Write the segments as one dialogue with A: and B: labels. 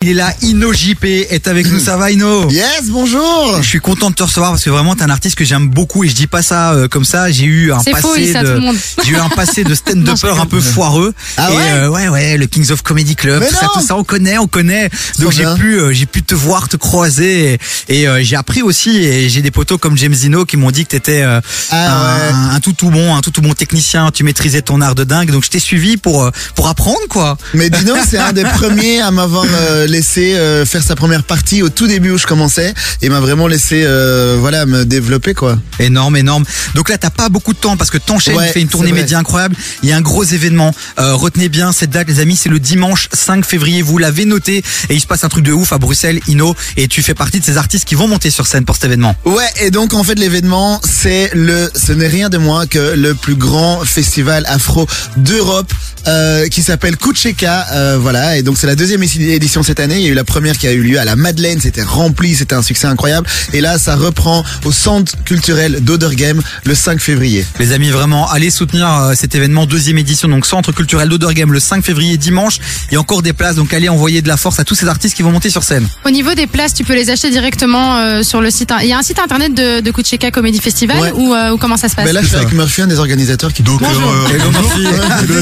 A: Il est là, Ino JP est avec nous, ça va Ino
B: Yes, bonjour
A: Je suis content de te recevoir parce que vraiment t'es un artiste que j'aime beaucoup et je dis pas ça euh, comme ça, j'ai eu un
C: C'est
A: passé
C: faux, il dit ça à tout
A: de
C: le monde.
A: j'ai eu un passé de stand-upper un peu foireux
B: Ah
A: et
B: ouais
A: euh, ouais ouais, le Kings of Comedy Club,
B: Mais
A: tout ça
B: non
A: tout ça on connaît, on connaît. Donc j'ai
B: bien.
A: pu euh, j'ai pu te voir, te croiser et, et, euh, j'ai appris aussi et j'ai des potos comme James Ino qui m'ont dit que t'étais euh,
B: Ah ouais.
A: un, un tout tout bon, un tout tout bon technicien, tu maîtrisais ton art de dingue. Donc je t'ai suivi pour euh, pour apprendre quoi.
B: Mais Dino, c'est un des premiers à m'avoir euh, laissé euh, faire sa première partie au tout début où je commençais et m'a vraiment laissé euh, voilà me développer quoi.
A: Énorme, énorme. Donc là, t'as pas beaucoup de temps parce que t'enchaînes,
B: Ouais,
A: tu fais une tournée
B: c'est vrai.
A: média incroyable. Il y a un gros événement. Euh, retenez bien cette date, les amis. C'est le dimanche 5 février. Vous l'avez noté. Et il se passe un truc de ouf à Bruxelles, Ino. Et tu fais partie de ces artistes qui vont monter sur scène pour cet événement.
B: Ouais, et donc en fait l'événement, c'est le ce n'est rien de moins que le plus grand festival afro d'Europe euh, qui s'appelle Kucheka euh, voilà, et donc c'est la deuxième édi- édition cette année, il y a eu la première qui a eu lieu à la Madeleine, c'était rempli, c'était un succès incroyable et là ça reprend au centre culturel d'Oderghem le 5 février.
A: Les amis, vraiment, allez soutenir euh, cet événement deuxième édition. Donc Centre culturel d'Odergame le 5 février dimanche. Il y a encore des places. Donc allez envoyer de la force à tous ces artistes qui vont monter sur scène.
C: Au niveau des places, tu peux les acheter directement euh, sur le site. Il y a un site internet de, de Kucheka Comedy Festival
B: Ouais.
C: ou euh, ou comment ça se passe
B: Ben là, je suis avec Murphy, un des organisateurs qui
D: Donc, euh,
A: Et donc, merci.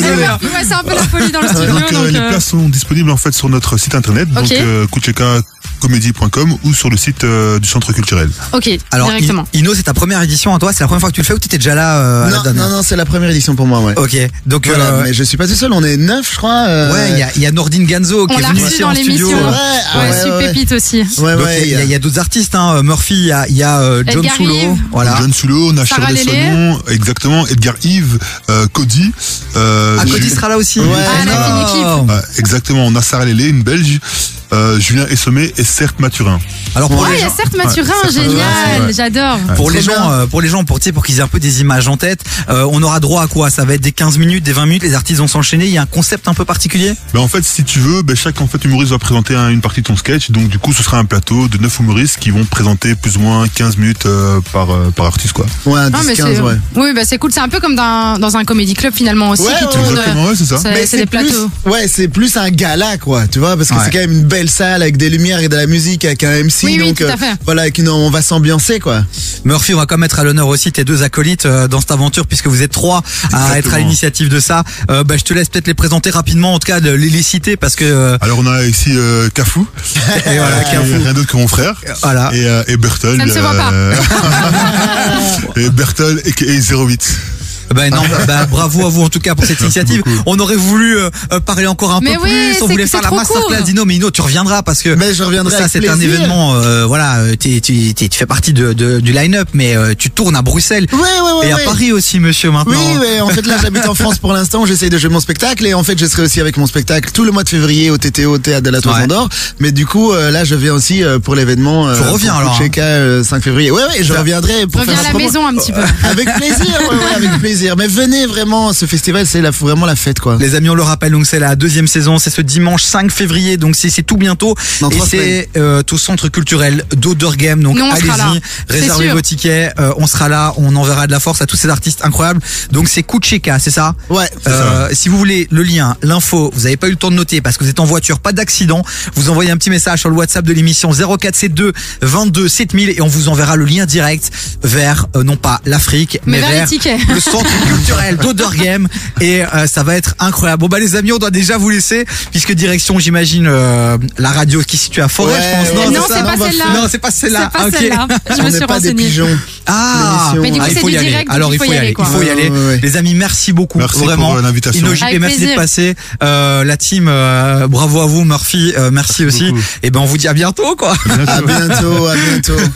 C: Eh ben, ouais, c'est un peu la folie dans le
B: Ouais,
C: studio.
D: donc, euh,
C: donc,
D: les
C: euh,
D: places sont disponibles en fait sur notre site internet, donc
C: Ok.
D: euh, kuchekacomedy.com ou sur le site euh, du centre culturel.
C: Ok,
A: Alors, I-
C: directement.
A: Ino, c'est ta première édition à toi. C'est la première fois que tu le fais ou t'étais déjà là euh, à la
B: non,
A: dernière
B: non, non, c'est la première édition pour moi, ouais.
A: Ok. Donc
B: Voilà,
A: euh,
B: mais je suis pas tout seul, on est neuf, je crois. euh,
A: Ouais, il y a, il y a Nordine Ganzo qui
C: On
A: est
C: l'a
A: venu
C: reçu
A: ici
C: dans
A: en studio.
C: l'émission.
B: Ouais,
A: Donc,
B: ah
C: Ouais,
B: ouais,
C: c'est une
B: ouais, ouais.
C: pépite aussi.
B: Ouais,
A: Il
B: ouais,
A: y a- il y, a d'autres artistes, hein. Murphy, il y a, il y a, euh, John
C: Edgar
A: Soulo,
C: Rive.
A: voilà.
D: John Sulo, Nachir
C: Sarah Lélé.
D: Dessanon, exactement, Edgar Yves, euh, Cody. euh,
A: Ah, Cody
D: Ju-
A: sera là aussi.
B: Ouais. Ah,
C: la fine équipe.
A: Énorme.
D: Ouais, exactement, on a Sarah Lélé, une belge, euh, Julien Essomé et Certes Mathurin.
A: Alors pour
C: Ouais,
A: les
C: il y a
A: gens.
C: certes Mathurin,
D: Ouais, Certes
C: génial,
D: Mathurin, ouais.
C: j'adore.
A: Pour
B: Trop
A: les,
B: bien.
A: gens, euh, pour les gens, pour, tu sais, pour qu'ils aient un peu des images en tête, euh, on aura droit à quoi Ça va être des 15 minutes, des 20 minutes, les artistes vont s'enchaîner, il y a un concept un peu particulier
D: Ben en fait, si tu veux, ben chaque en fait humoriste va présenter un- une partie de ton sketch. Donc du coup, ce sera un plateau de neuf humoristes qui vont présenter plus ou moins 15 minutes euh, par euh, par artiste quoi.
B: Ouais, un
C: Non, mais
B: 10,
C: c'est
B: 15, ouais.
C: oui, bah, c'est cool. C'est un peu comme dans, dans un comédie club finalement aussi
B: Ouais,
C: qui
B: ouais,
C: tourne. euh,
D: Exactement, ouais, c'est ça.
C: c'est-
B: Mais
C: c'est des
B: plus,
C: plateaux.
B: ouais, c'est plus un gala, quoi, tu vois, parce que
A: Ouais.
B: c'est quand même une belle salle avec des lumières et de la musique, avec un MC,
C: Oui, oui,
B: donc euh,
C: tout à fait.
B: voilà, avec une- on va s'ambiancer, quoi.
A: Murphy, on va quand même mettre à l'honneur aussi tes deux acolytes euh, dans cette aventure puisque vous êtes trois à
D: Exactement.
A: être à l'initiative de ça. Euh, bah, je te laisse peut-être les présenter rapidement, en tout cas de les, les citer parce que euh,
D: Alors on a ici euh, Cafou,
A: et voilà,
D: euh, qui est rien d'autre que mon frère.
A: voilà.
D: Et, euh, et Bertel.
C: Ça ne se voit pas.
D: et Bertel et, 08.
A: Ben non, bah, bravo à vous en tout cas pour cette initiative.
D: Beaucoup.
A: On aurait voulu euh, euh, parler encore un
C: Mais
A: peu
C: oui,
A: plus. On
C: c'est-
A: voulait
C: c'est
A: faire la
C: trop
A: masterclass
C: cool.
A: d'Ino, mais Ino, tu reviendras parce que
B: Mais je reviendrai
A: ça
B: avec
A: c'est un
B: plaisir.
A: événement. euh, voilà, euh, t'es- tu t'es- tu fais partie de, de- du line-up, mais euh, tu tournes à Bruxelles
B: Ouais, ouais, ouais.
A: et à
B: ouais.
A: Paris aussi, monsieur.
B: Oui,
A: Maintenant,
B: ouais, en fait là j'habite en France pour l'instant, j'essaye de jouer mon spectacle et en fait je serai aussi avec mon spectacle tout le mois de février au TTO au Théâtre de la Tour
A: Ouais.
B: d'Or. Mais du coup euh, là je viens aussi euh, pour l'événement.
A: Tu reviens,
B: pour
A: alors, hein.
B: Coachella, euh, 5 février. Ouais ouais, je reviendrai pour
C: Reviens
B: faire
C: à
B: la
C: la
B: promo.
C: maison un petit peu.
B: Avec plaisir, ouais, ouais, avec plaisir. Mais venez vraiment, ce festival c'est la, vraiment la fête quoi.
A: Les amis, on le rappelle, donc c'est la deuxième saison, c'est ce dimanche 5 février, donc c'est c'est tout bientôt.
B: Dans
A: et
B: trois
A: c'est euh, au centre culturel d'Odergame, donc
C: Nous, on sera là.
A: allez-y,
C: C'est
A: réservez
C: sûr.
A: vos tickets, euh, on sera là, on enverra de la force à tous ces artistes incroyables. Donc c'est Kucheka, c'est ça
B: Ouais.
A: Euh, si vous voulez le lien, l'info, vous n'avez pas eu le temps de noter parce que vous êtes en voiture, pas d'accident, vous envoyez un petit message sur le WhatsApp de l'émission 0472 22 7000 et on vous enverra le lien direct vers euh, non pas l'Afrique mais,
C: Mais vers les tickets.
A: le centre culturel d'Odergame et euh, ça va être incroyable. Bon bah les amis, on doit déjà vous laisser puisque direction j'imagine euh, la radio qui se situe à Forêt, je pense.
C: ouais, Non,
B: ça,
C: c'est pas
B: on va
C: celle-là.
B: faire-
A: Non, c'est pas celle-là.
C: C'est pas
A: Ok.
C: celle-là. Je
B: On
C: me
B: n'est
C: suis
B: pas des
C: renseignée.
B: pigeons.
A: Ah,
B: L'émission. Mais du
A: ah,
B: coup,
A: il
C: c'est
A: faut
C: du
A: y aller.
C: direct, donc
A: Alors
C: il
A: il faut
C: faut
A: y
C: y
A: aller.
C: aller, quoi.
A: Il faut y aller.
B: Ouais, ouais.
A: Les amis, merci beaucoup.
D: Merci
A: vraiment.
D: pour euh, l'invitation.
A: Ino JP,
C: Avec
A: merci
C: plaisir.
A: d'être passé. Euh, la team, euh, bravo à vous, Murphy, euh, merci,
D: Merci
A: aussi.
D: beaucoup.
A: Et ben on vous dit à bientôt quoi.
B: À bientôt, à bientôt.